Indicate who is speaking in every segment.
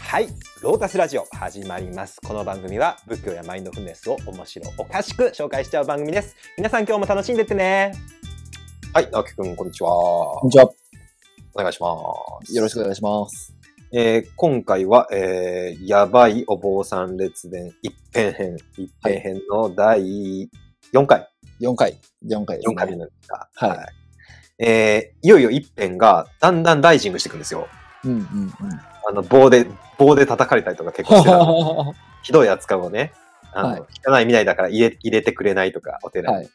Speaker 1: はい、ロータスラジオ始まります。この番組は仏教やマインドフルネスを面白おかしく紹介しちゃう番組です。皆さん今日も楽しんでってね。はい、直樹くん、こんにちは。
Speaker 2: こんにちは。
Speaker 1: お願いします。
Speaker 2: よろしくお願いします。
Speaker 1: えー、今回は、えー、やばいお坊さん列伝一辺編、一辺編の第4回。
Speaker 2: 4回。4回です、
Speaker 1: 4
Speaker 2: ね。
Speaker 1: 回目なんですが。、
Speaker 2: はい。はい
Speaker 1: えー、いよいよ一辺がだんだんライジングしていくんですよ。
Speaker 2: うんうんうん。
Speaker 1: あの棒で、棒で叩かれたりとか結構してたひどい扱いをね、あの、はい、汚い未来だから入れ入れてくれないとか、お寺に、はい、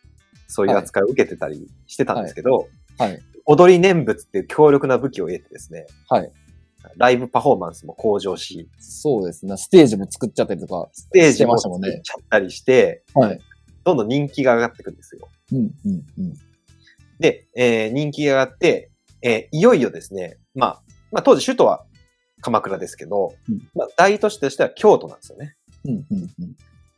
Speaker 1: そういう扱いを受けてたりしてたんですけど、
Speaker 2: はい、はい、
Speaker 1: 踊り念仏っていう強力な武器を得てですね、
Speaker 2: はい、
Speaker 1: ライブパフォーマンスも向上し、
Speaker 2: そうですね、ステージも作っちゃったりとか、
Speaker 1: ステージも作っちゃったりして、
Speaker 2: はい、
Speaker 1: どんどん人気が上がってくんですよ。
Speaker 2: うんうんうん、
Speaker 1: で、えー、人気が上がって、えー、いよいよですね、まあ、まあ当時首都は鎌倉ですけど、うん、まあ、大都市としては京都なんですよね。
Speaker 2: うんうんうん、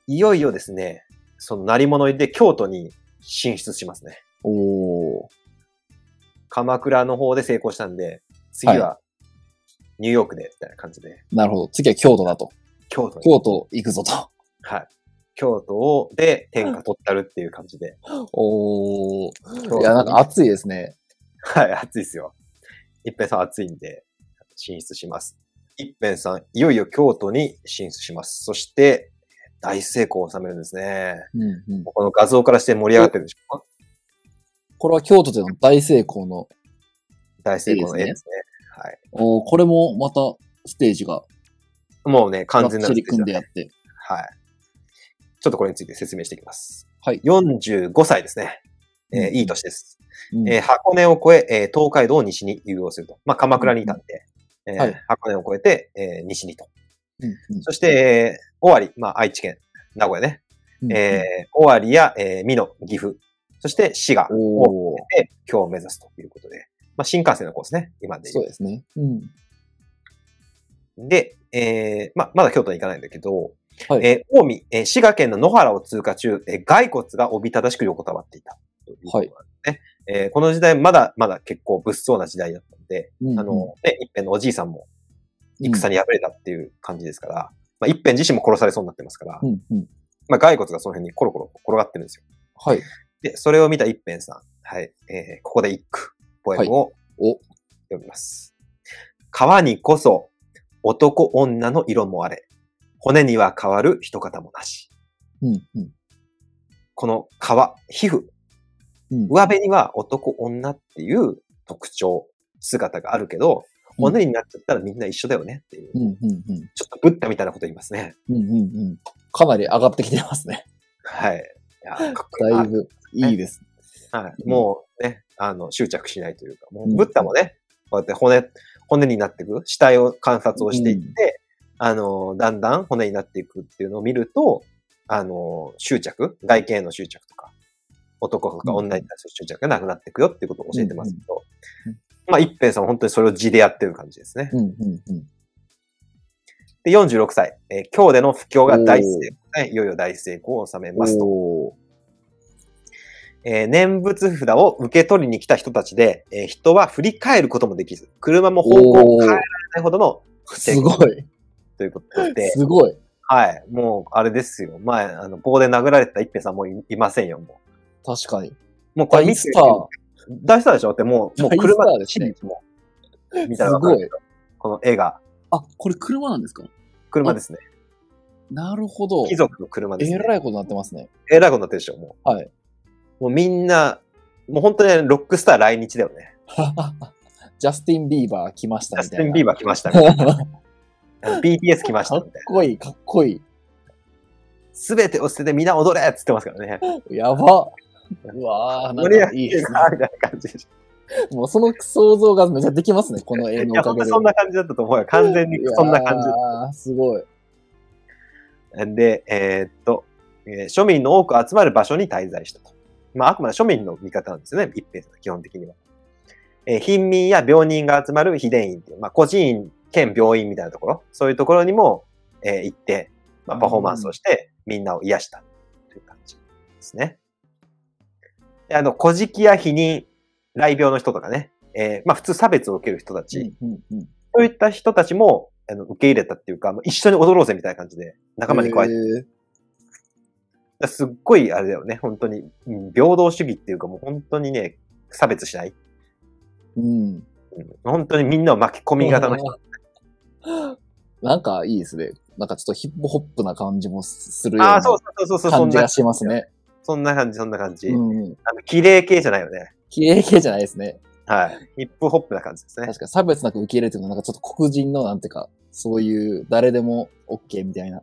Speaker 1: いよいよですね、その成り物入りで京都に進出しますね。
Speaker 2: お
Speaker 1: 鎌倉の方で成功したんで、次はニューヨークで、みたいな感じで、はい。
Speaker 2: なるほど。次は京都だと。
Speaker 1: 京都。
Speaker 2: 京都行くぞと。
Speaker 1: はい。京都をで天下取ったるっていう感じで。
Speaker 2: おお。いや、なんか暑いですね。
Speaker 1: はい、暑いですよ。一平さん暑いんで。進出します。一辺さん、いよいよ京都に進出します。そして、大成功を収めるんですね。
Speaker 2: うんうん、
Speaker 1: この画像からして盛り上がってるんでしょうか
Speaker 2: これは京都での大成功の
Speaker 1: 大成功の絵ですね。はい。
Speaker 2: おこれもまたステージが。
Speaker 1: もうね、完全な
Speaker 2: ステージ、ね。組んでやって。
Speaker 1: はい。ちょっとこれについて説明していきます。
Speaker 2: はい。
Speaker 1: 45歳ですね。えー、うん、いい年です。うん、えー、箱根を越ええー、東海道を西に誘導すると。まあ、鎌倉にいたんで、えーはい、箱根を越えて、えー、西にと。
Speaker 2: うんうん、
Speaker 1: そして、えー、尾張、まあ、愛知県、名古屋ね。うんうん、えー、尾張や、えー、美濃、岐阜、そして滋賀を越えて、今日を目指すということで、まあ、新幹線のコースね、今で
Speaker 2: そうですね。
Speaker 1: うん、で、えーまあ、まだ京都に行かないんだけど、
Speaker 2: はい、
Speaker 1: えー、近江、えー、滋賀県の野原を通過中、えー、骸骨がおびただしく横たわっていたということなんですね。はい、えー、この時代、まだまだ結構物騒な時代だったで、うんうん、あの、ね、一辺のおじいさんも戦に敗れたっていう感じですから、うん、まあ、一辺自身も殺されそうになってますから、
Speaker 2: うんうん、
Speaker 1: まあ、骸骨がその辺にコロコロ転がってるんですよ。
Speaker 2: はい。
Speaker 1: で、それを見た一辺さん、はい、えー、ここで一句、ポエムを、
Speaker 2: はい、
Speaker 1: 読みます。川にこそ男女の色もあれ、骨には変わる一方もなし。
Speaker 2: うんうん、
Speaker 1: この川、皮膚、うん、上辺には男女っていう特徴、姿があるけど、骨になっちゃったらみんな一緒だよねっていう。
Speaker 2: うんうんうん、
Speaker 1: ちょっとブッダみたいなこと言いますね、
Speaker 2: うんうんうん。かなり上がってきてますね。
Speaker 1: はい。い
Speaker 2: やかっこいいだいぶいいです。
Speaker 1: はい。もうね、あの、執着しないというか、もうブッダもね、こうやって骨、骨になっていく、死体を観察をしていって、うん、あの、だんだん骨になっていくっていうのを見ると、あの、執着、外見への執着とか、男とか女に対する執着がなくなっていくよっていうことを教えてますけど、うんうんまあ、一平さん本当にそれを字でやってる感じですね。
Speaker 2: うんうんうん、
Speaker 1: で、46歳、えー、今日での布教が大成功、ね、いよいよ大成功を収めますと。えー、念仏札を受け取りに来た人たちで、えー、人は振り返ることもできず、車も方向を変えられないほどの
Speaker 2: すごい。
Speaker 1: ということで。
Speaker 2: すごい。
Speaker 1: はい。もう、あれですよ。前、あの、棒で殴られてた一平さんもいいませんよ、も
Speaker 2: う。確かに。
Speaker 1: もうこれ見てる大スターでしょってもう、もう車
Speaker 2: でしね。
Speaker 1: もう、みたいな感じ。この絵が。
Speaker 2: あ、これ車なんですか
Speaker 1: 車ですね。
Speaker 2: なるほど。
Speaker 1: 貴族の車です、ね。
Speaker 2: えらいことになってますね。
Speaker 1: えらいことになってるでしょ、も
Speaker 2: う。はい。
Speaker 1: もうみんな、もう本当にロックスター来日だよね。
Speaker 2: ジャスティン・ビーバー来ました
Speaker 1: みたいな。ジャスティン・ビーバー来ましたみたい な。BTS 来ましたみたいな。
Speaker 2: かっこいい、かっこいい。
Speaker 1: すべてを捨ててみんな踊れっつってますからね。
Speaker 2: やば。うわあ、なんかいいですね。
Speaker 1: みたいな感じでし
Speaker 2: ょ。もうその想像がめちゃできますね、この映画のおかげで。
Speaker 1: そんな感じだったと思うよ。完全にそんな感じだった。
Speaker 2: すごい。
Speaker 1: で、えー、っと、えー、庶民の多く集まる場所に滞在したと。まあ、あくまで庶民の味方なんですよね、一平さん、基本的には。えー、貧民や病人が集まる秘伝院っていう、まあ、個人院兼病院みたいなところ、そういうところにも、えー、行って、まあ、パフォーマンスをして、みんなを癒したという感じですね。あの、古事記や否認、雷病の人とかね、えー、まあ普通差別を受ける人たち、
Speaker 2: うんうんうん、
Speaker 1: そういった人たちも、あの受け入れたっていうか、もう一緒に踊ろうぜみたいな感じで、仲間に加えて。
Speaker 2: え
Speaker 1: すっごいあれだよね、本当に。うん平等主義っていうか、もう本当にね、差別しない。
Speaker 2: うん。
Speaker 1: うん本当にみんなを巻き込み型の人。
Speaker 2: なんかいいですね。なんかちょっとヒップホップな感じもするよう
Speaker 1: ああ、
Speaker 2: な
Speaker 1: そうそうそうそう、そん
Speaker 2: 感じ
Speaker 1: な
Speaker 2: が、しますね。
Speaker 1: そんな感じ、そんな感じ。
Speaker 2: うん。
Speaker 1: あの綺麗系じゃないよね。
Speaker 2: 綺麗系じゃないですね。
Speaker 1: はい。ヒップホップな感じですね。
Speaker 2: 確かに差別なく受け入れてるのなんかちょっと黒人のなんていうか、そういう誰でも OK みたいな、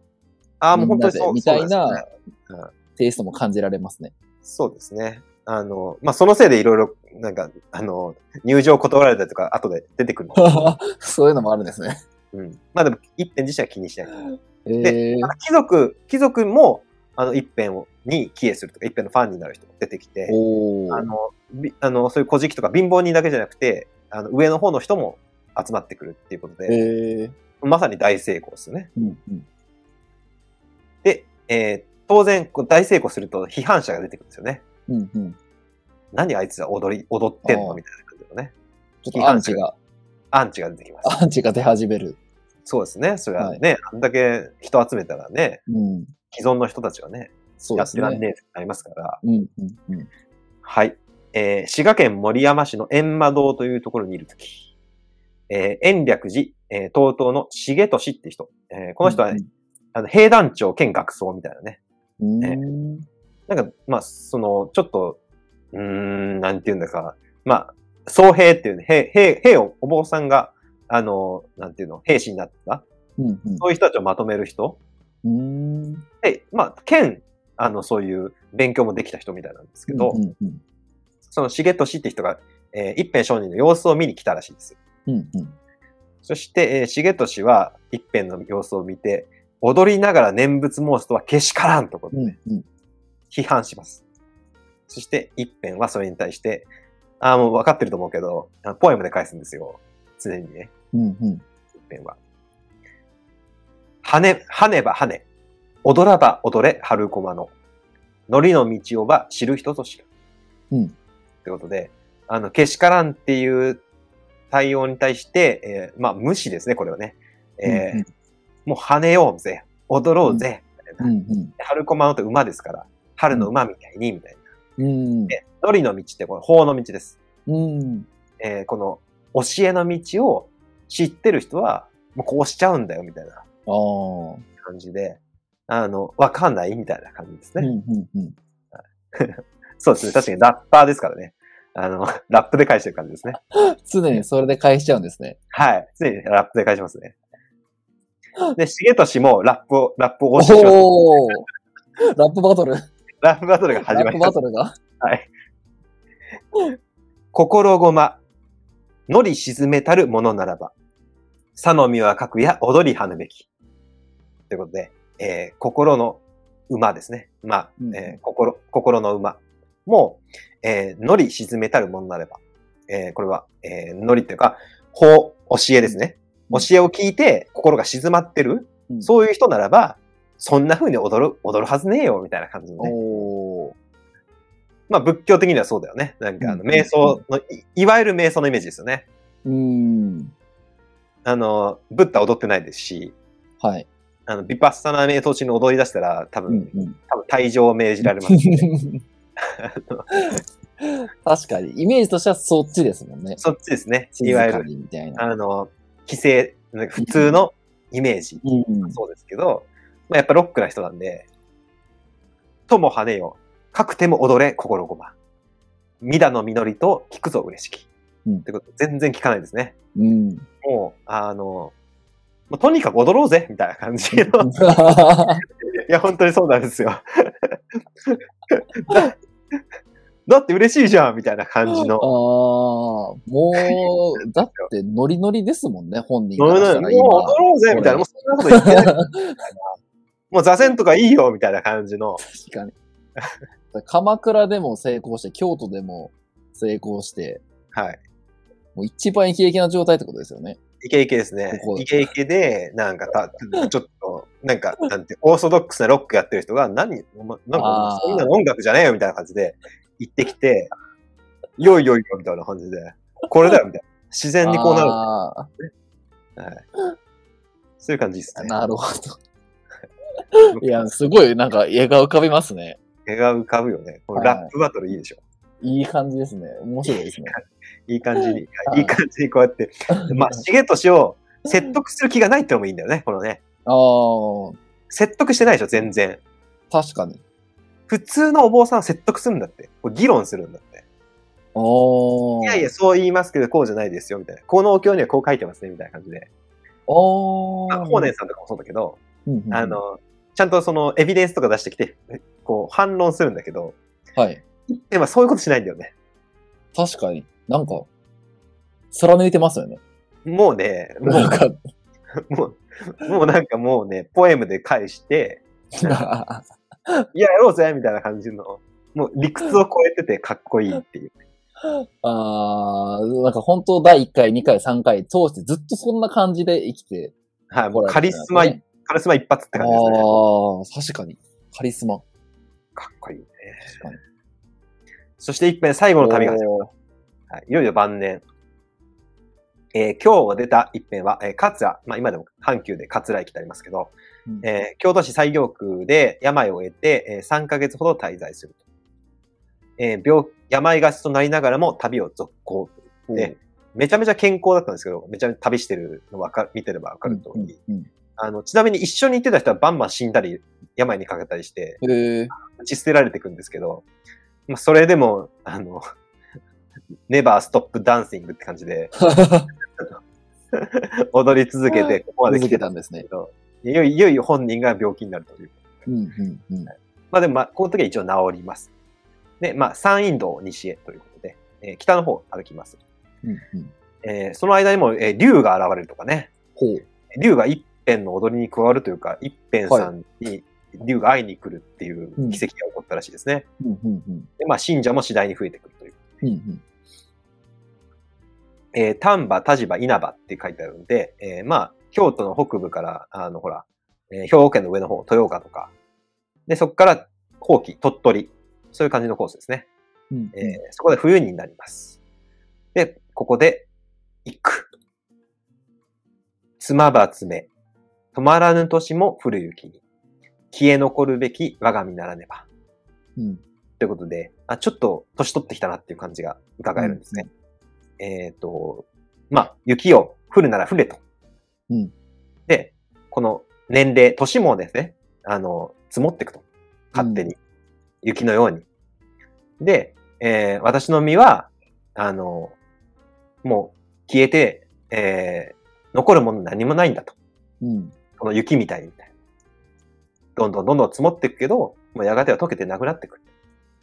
Speaker 1: ああ、もう本当にそう。
Speaker 2: みんなでみたいな
Speaker 1: そうですね
Speaker 2: テイストも感じられますね。
Speaker 1: そうですね。あの、まあ、そのせいでいろいろ、なんか、あの、入場断られたりとか、後で出てく る。
Speaker 2: そういうのもあるんですね。
Speaker 1: うん。まあ、でも、一辺自身は気にしない。
Speaker 2: えー、
Speaker 1: あ貴族、貴族も、あの、一辺をに帰依するとか、一辺のファンになる人も出てきて、
Speaker 2: お
Speaker 1: あ
Speaker 2: ー
Speaker 1: の、びあのそういう古事記とか貧乏人だけじゃなくて、あの上の方の人も集まってくるっていうこと
Speaker 2: え
Speaker 1: で、
Speaker 2: ー、
Speaker 1: まさに大成功ですよね。
Speaker 2: うんうん。
Speaker 1: で、えー当然、こう大成功すると批判者が出てくるんですよね。
Speaker 2: うんうん。
Speaker 1: 何あいつは踊り、踊ってん
Speaker 2: あ
Speaker 1: の
Speaker 2: ー
Speaker 1: みたいな感じのね。
Speaker 2: ちょっとアンチが、
Speaker 1: アンチが出てきます。
Speaker 2: アンチが出始める。
Speaker 1: そうですね。それはね、あんだけ人集めたらね、
Speaker 2: うん。
Speaker 1: 既存の人たちはね、
Speaker 2: そう
Speaker 1: や
Speaker 2: で
Speaker 1: っ
Speaker 2: す
Speaker 1: てらん
Speaker 2: ね。
Speaker 1: ねえってなりますから。
Speaker 2: うんうんうん。
Speaker 1: はい。えー滋賀県森山市の閻魔堂というところにいるとき、えー延暦寺、えー、東東の重俊って人、えーこの人は、ねあの、兵団長兼学僧みたいなね。
Speaker 2: うん
Speaker 1: ね
Speaker 2: うん
Speaker 1: なんか、まあ、その、ちょっと、うーん、なんて言うんだか、まあ、僧兵っていうね、兵、兵、兵を、お坊さんが、あの、なんていうの、兵士になった、
Speaker 2: うん
Speaker 1: そういう人たちをまとめる人
Speaker 2: うん。うん。
Speaker 1: で、まあ、兼、あの、そういう勉強もできた人みたいなんですけど、
Speaker 2: うんうん
Speaker 1: その重俊って人が、えー一辺商人の様子を見に来たらしいです。
Speaker 2: うんうん。
Speaker 1: そして、えー、重俊は一辺の様子を見て、踊りながら念仏申すとはけしからんとことで、
Speaker 2: うんうん。
Speaker 1: 批判します。そして一辺はそれに対して、ああ、もう分かってると思うけど、あのポエムで返すんですよ。常にね、
Speaker 2: うんうん。
Speaker 1: 一辺は。跳ね、跳ねば跳ね。踊らば踊れ、春駒の。乗りの道をば知る人ぞ知る。
Speaker 2: うん
Speaker 1: ってことで、あの、けしからんっていう対応に対して、えーまあ、無視ですね、これはね。えー
Speaker 2: うん
Speaker 1: もう跳ねようぜ。踊ろうぜ。
Speaker 2: うんうん
Speaker 1: 春駒のって馬ですから。春の馬みたいに、みたいな。
Speaker 2: うん
Speaker 1: で、のりの道ってこの法の道です。
Speaker 2: うん。
Speaker 1: えーこの教えの道を知ってる人は、もうこうしちゃうんだよ、みたいな
Speaker 2: ああ。
Speaker 1: 感じで、あの、わかんないみたいな感じです
Speaker 2: うん
Speaker 1: ね。
Speaker 2: うんうん。
Speaker 1: そうですね。確かにラッパーですからね。あの、ラップで返してる感じですね。
Speaker 2: 常にそれで返しちゃうんですね。
Speaker 1: はい。常にラップで返しますね。で、重俊もラップを、ラップを
Speaker 2: お
Speaker 1: 押してしまう
Speaker 2: おーラップバトル。
Speaker 1: ラップバトルが始まり
Speaker 2: ラップ
Speaker 1: ま
Speaker 2: バ
Speaker 1: す。
Speaker 2: トルが。
Speaker 1: はい。心ごま、のり沈めたるものならば、さのみはかくや踊りはぬべき。ということで、えー心の馬ですね。まあ、
Speaker 2: うん
Speaker 1: えー心、心の馬も、えー、のり沈めたるものなれば、えーこれは、えー、のりっていうか、法、教えですね。
Speaker 2: うん
Speaker 1: 教えを聞いて心が静まってる、
Speaker 2: うん
Speaker 1: そういう人ならば、そんな風に踊る、踊るはずねえよ、みたいな感じのね。
Speaker 2: おー
Speaker 1: まあ仏教的にはそうだよね。なんかあの
Speaker 2: うん
Speaker 1: 瞑想の、いいわゆる瞑想のイメージですよね。
Speaker 2: うん。
Speaker 1: あの、ブッダ踊ってないですし、
Speaker 2: はい。
Speaker 1: あの、ビパッサナー瞑想中に踊り出したら多
Speaker 2: う
Speaker 1: 分
Speaker 2: ん、うん。
Speaker 1: 多分退場を命じられますん で
Speaker 2: 確かに。イメージとしてはそっちですもんね。
Speaker 1: そっちですね。い
Speaker 2: 静
Speaker 1: わゆ
Speaker 2: か
Speaker 1: る、
Speaker 2: にみたいな。
Speaker 1: あの、規制、なんか普通のイメージ。
Speaker 2: うんうん。
Speaker 1: そうですけど、まあ、やっぱロックな人なんで、とも跳ねよ、かくても踊れ、心ごま。みだの実りと聞くぞ嬉しき。
Speaker 2: うん
Speaker 1: ってこと、全然聞かないですね。
Speaker 2: うん。
Speaker 1: もう、あの、もうとにかく踊ろうぜみたいな感じの。いや、本当にそうなんですよ。だだって嬉しいじゃんみたいな感じ
Speaker 2: ああ
Speaker 1: の。、
Speaker 2: もう、だってノリノリですもんね、本人
Speaker 1: もう
Speaker 2: か
Speaker 1: も
Speaker 2: ら
Speaker 1: う
Speaker 2: した
Speaker 1: 踊
Speaker 2: ら今。
Speaker 1: ろうぜみたいな。もうそんなこと言ってない。 もう座禅とかいいよみたいな感じの。
Speaker 2: 確かに。鎌倉でも成功して、京都でも成功して、
Speaker 1: はい。
Speaker 2: もう一番悲劇な状態ってことですよね。
Speaker 1: イケイケですね
Speaker 2: ここ。
Speaker 1: イケイケで、なんかた、ちょっと、なんか、なんて、オーソドックスなロックやってる人が、何、お前なんか
Speaker 2: あ、ー
Speaker 1: そんなの音楽じゃねえよみたいな感じで、行ってきて、よいよいよみたいな感じで、これだよみたいな。自然にこうなる。
Speaker 2: あー
Speaker 1: はいそういう感じですね。
Speaker 2: なるほど。いや、すごい、なんか、絵が浮かびますね。
Speaker 1: 絵が浮かぶよね。このラップバトルいいでしょ。
Speaker 2: いい感じですね。面白いですね。
Speaker 1: いい感じに
Speaker 2: は、
Speaker 1: い
Speaker 2: い
Speaker 1: い感じにこうやって。 まあ、重俊を説得する気がないってのもいいんだよね、このね。
Speaker 2: ああ、
Speaker 1: 説得してないでしょ、全然。
Speaker 2: 確かに。
Speaker 1: 普通のお坊さんを説得するんだって。こう議論するんだって。
Speaker 2: おー。
Speaker 1: いやいや、そう言いますけど、こうじゃないですよ、みたいな。このお経にはこう書いてますね、みたいな感じで。
Speaker 2: お
Speaker 1: まあ、
Speaker 2: ー。
Speaker 1: 法然さんとかもそうだけど、
Speaker 2: うんうんうん
Speaker 1: あ、の、ちゃんとそのエビデンスとか出してきて、こう反論するんだけど、
Speaker 2: はい。
Speaker 1: でもそういうことしないんだよね。
Speaker 2: 確かになんか、貫いてますよね。
Speaker 1: もうね、も
Speaker 2: なんか、
Speaker 1: う、もう、もうなんかもうね、ポエムで返して、
Speaker 2: あ
Speaker 1: いや、やろうぜみたいな感じの、もう理屈を超えててかっこいいっていう。
Speaker 2: あー、なんか本当第1回、2回、3回通してずっとそんな感じで生きて
Speaker 1: はい、も
Speaker 2: こ
Speaker 1: う
Speaker 2: られ
Speaker 1: カ
Speaker 2: たん
Speaker 1: リ
Speaker 2: で
Speaker 1: ス
Speaker 2: す
Speaker 1: マ、
Speaker 2: ね
Speaker 1: カリスマ一発って
Speaker 2: あ
Speaker 1: 感じですね。
Speaker 2: ー、確かに。カリスマ。
Speaker 1: かっこいいね。
Speaker 2: 確かに。
Speaker 1: そして一遍最後の旅が始まる
Speaker 2: おー
Speaker 1: はい、いよいよ晩年。えー今日出た一編は、えー桂、まあ今でも阪急で桂駅ってありますけど、
Speaker 2: うん
Speaker 1: えー京都市西行区で病を得て、えー3ヶ月ほど滞在すると。えー病、病がちとなりながらも旅を続行。でめちゃめちゃ健康だったんですけど、めちゃめちゃ旅してるのわかる、見てればわかる通り、
Speaker 2: うん
Speaker 1: あの、ちなみに一緒に行ってた人はバンバン死んだり、病にかけたりして、
Speaker 2: うんへー
Speaker 1: 打ち捨てられていくんですけど、まあ、それでも、あの、 ネバーストップダンシングって感じで、踊り続けて、ここまで来
Speaker 2: 続け
Speaker 1: てた
Speaker 2: た
Speaker 1: ん
Speaker 2: ん
Speaker 1: で
Speaker 2: ですね
Speaker 1: すけ。ど、いよいよいよ本人が病気になるという。
Speaker 2: うんうんうん。
Speaker 1: まあでも、まあ、この時は一応治ります。で、まあ、山陰道を西へということで、えー北の方を歩きます。
Speaker 2: うんうん。
Speaker 1: えーその間にも、えー竜が現れるとかね、
Speaker 2: ほう。
Speaker 1: 竜が一辺の踊りに加わるというか、一辺さんに竜が会いに来るっていう奇跡が起こったらしいですね。
Speaker 2: うんうんうん。
Speaker 1: で、まあ、信者も次第に増えてくるという。
Speaker 2: うんうん。
Speaker 1: えー丹波、田島、稲葉って書いてあるんで、えーまあ、京都の北部から、あの、ほら、えー兵庫県の上の方、豊岡とか、で、そこから、後期、鳥取、そういう感じのコースですね。
Speaker 2: うん
Speaker 1: えーそこで冬になります。で、ここで、行く。妻ば爪、止まらぬ年も古雪に、消え残るべき我が身ならねば。
Speaker 2: うん。
Speaker 1: ということで、あ、ちょっと年取ってきたなっていう感じが伺えるんですね。えっ、と、まあ、雪を降るなら降れと。
Speaker 2: うん
Speaker 1: で、この年齢、年もですね、あの、積もっていくと。勝手に。雪のように。で、えー私の身は、あの、もう消えて、えー残るもの何もないんだと。
Speaker 2: うん。
Speaker 1: この雪みたいにみたいな。どんどんどんどん積もっていくけど、もうやがては溶けてなくなってくる。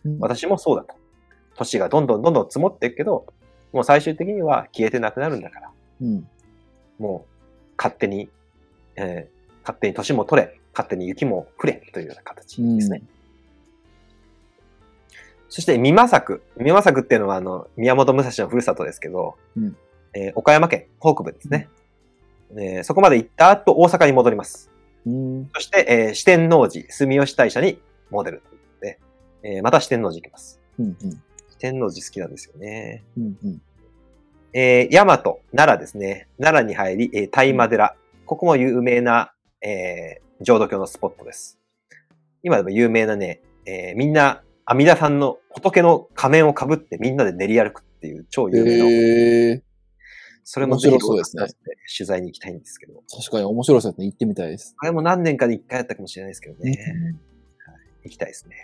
Speaker 2: うん
Speaker 1: 私もそうだと。年がどんどんどんどん積もっていくけど、もう最終的には消えてなくなるんだから、
Speaker 2: うん。
Speaker 1: もう勝手に、えー勝手に年も取れ、勝手に雪も降れというような形ですね。そして、美馬作。美馬作っていうのは、あの、宮本武蔵のふるさとですけど、
Speaker 2: うん
Speaker 1: えー岡山県北部ですね。えーそこまで行った後、大阪に戻ります。
Speaker 2: うん。
Speaker 1: そして、えー四天王寺、住吉大社に戻るということで、えーまた四天王寺行きます。
Speaker 2: うんうん。
Speaker 1: 四天王寺好きなんですよね。
Speaker 2: うんうん。
Speaker 1: えー、大和、奈良ですね。奈良に入り、えー、大間寺。ここも有名な、えー浄土教のスポットです。今でも有名なね、えーみんな、阿弥陀さんの仏の仮面をかぶってみんなで練り歩くっていう超有名な、
Speaker 2: へえ。
Speaker 1: それもぜひ
Speaker 2: 面白そうですね
Speaker 1: ローカルな取材に行きたいんですけど、
Speaker 2: 確かに面白そうですね。行ってみたいです。
Speaker 1: これも何年かに一回あったかもしれないですけどね、行きたいですね。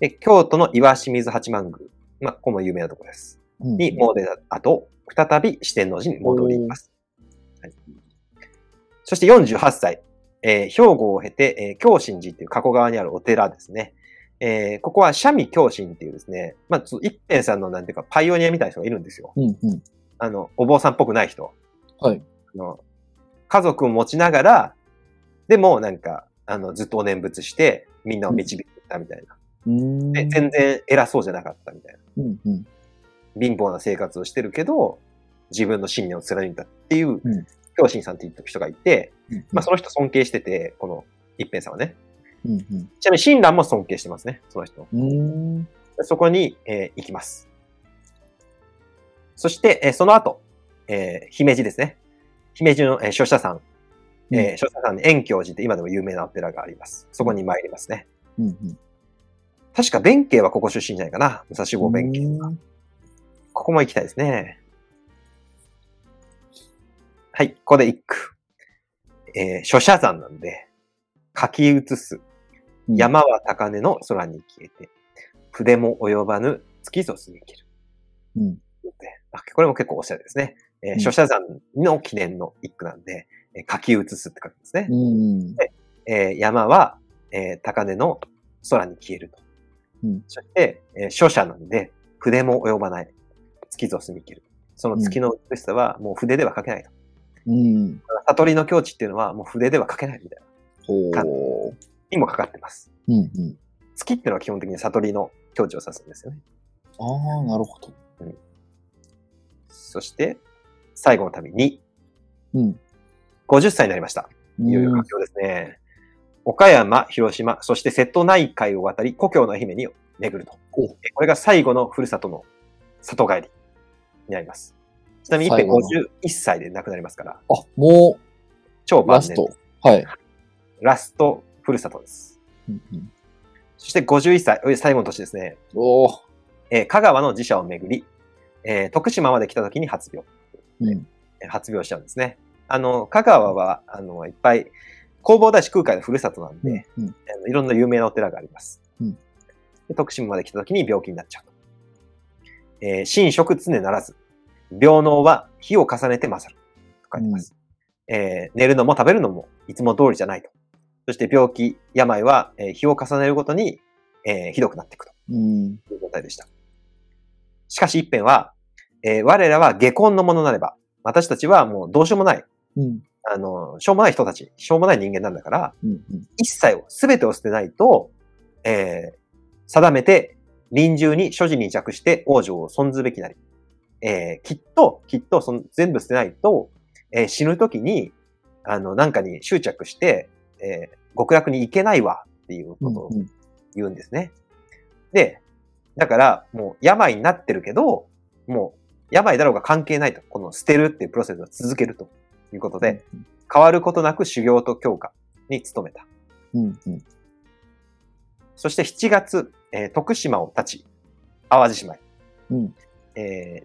Speaker 1: で、京都の岩清水八幡宮。まあ、ここも有名なところです。
Speaker 2: うん
Speaker 1: にもう出た後、再び四天王寺に戻ります。はい、そして48歳、えー兵庫を経て、えー京神寺っていう加古川にあるお寺ですね。えーここは三味京神っていうですね、まあ、ちょっと一辺さんのなんていうか、パイオニアみたいな人がいるんですよ。
Speaker 2: うんうん。
Speaker 1: あの、お坊さんっぽくない人。
Speaker 2: はい。
Speaker 1: あの家族を持ちながら、でもなんか、あの、ずっとお念仏して、みんなを導いてたみたいな。
Speaker 2: うん。
Speaker 1: で、全然偉そうじゃなかったみたいな。
Speaker 2: うんうん。
Speaker 1: 貧乏な生活をしてるけど、自分の信念を貫いたっていう
Speaker 2: うん、
Speaker 1: 京神さんっていう人がいて、
Speaker 2: うん
Speaker 1: まあその人尊敬してて、この一辺さんはね。
Speaker 2: うんうん。
Speaker 1: ちなみに親鸞も尊敬してますね、その人。
Speaker 2: うーん。
Speaker 1: そこに、えー行きます。そして、えーその後、えー姫路ですね。姫路の、えー、書者さん、
Speaker 2: うん
Speaker 1: えー、諸社さんに遠教寺って今でも有名なお寺があります。そこに参りますね。
Speaker 2: うんうん。
Speaker 1: 確か弁慶はここ出身じゃないかな。武蔵坊弁慶。
Speaker 2: うん
Speaker 1: ここも行きたいですね。はい、ここで一句。えー、諸社山なんで、書き写す。山は高根の空に消えて、筆も及ばぬ月ぞすみきる。
Speaker 2: うん。
Speaker 1: あこれも結構おしゃれですね。えー
Speaker 2: うん
Speaker 1: 諸社山の記念の一句なんで、えー書き写すって書くんですね。
Speaker 2: うん。
Speaker 1: えー山は、えー高根の空に消えると。
Speaker 2: うん
Speaker 1: そして、えー、書写なんで、筆も及ばない。月ぞ澄み切る。その月の美しさはもう筆では描けないと。
Speaker 2: うん。
Speaker 1: 悟りの境地っていうのはもう筆では描けないみたいな。
Speaker 2: ほう。
Speaker 1: かにもかかってます。
Speaker 2: うんうん。
Speaker 1: 月っていうのは基本的に悟りの境地を指すんですよね。
Speaker 2: ああ、なるほど。
Speaker 1: そして、最後の旅に、
Speaker 2: うん。
Speaker 1: 50歳になりました。いよいよ佳境ですね。岡山、広島、そして瀬戸内海を渡り、故郷の愛媛に巡ると。
Speaker 2: お
Speaker 1: えこれが最後のふるさとの里帰りになります。ちなみに、一平
Speaker 2: 最後の
Speaker 1: 51歳で亡くなりますから、
Speaker 2: あ、も
Speaker 1: 超
Speaker 2: う、
Speaker 1: 晩年
Speaker 2: ラス
Speaker 1: です
Speaker 2: ト。はい。
Speaker 1: ラストふるさとです。
Speaker 2: うんうん、
Speaker 1: そして51歳、おい最後の年ですね、
Speaker 2: おお。
Speaker 1: えー香川の寺社を巡り、えー徳島まで来た時に発病、
Speaker 2: うん。
Speaker 1: えー発病しちゃうんですね。あの、香川は、あの、いっぱい、弘法大師空海のふるさとなんで、
Speaker 2: うん。
Speaker 1: あのいろんな有名なお寺があります。
Speaker 2: うん
Speaker 1: で徳島まで来た時に病気になっちゃう。えー、寝食常ならず、病能は火を重ねて勝る。と書いてます。えー寝るのも食べるのもいつも通りじゃないと。そして病気、病は、えー日を重ねるごとに、えーひどくなっていく
Speaker 2: うん。
Speaker 1: という状態でした。しかし一辺は、えー我らは下婚のものなれば、私たちはもうどうしようもない、
Speaker 2: うん。
Speaker 1: あの、しょうもない人たち、しょうもない人間なんだから、
Speaker 2: うん。うん。
Speaker 1: 一切を、すべてを捨てないと、えー定めて、臨終に所持に着して王女を存ずべきなり。えーきっと、きっとその、全部捨てないと、えー死ぬ時に、あの、なんかに執着して、えー極楽に行けないわ、っていうことを
Speaker 2: うん。
Speaker 1: 言うんですね。で、だから、もう病になってるけど、もう病だろうが関係ないと、この捨てるっていうプロセスを続けるということで、変わることなく修行と強化に努めた。
Speaker 2: うん。うん。
Speaker 1: そして7月、えー徳島を立ち、淡路島へ。
Speaker 2: うん。
Speaker 1: えー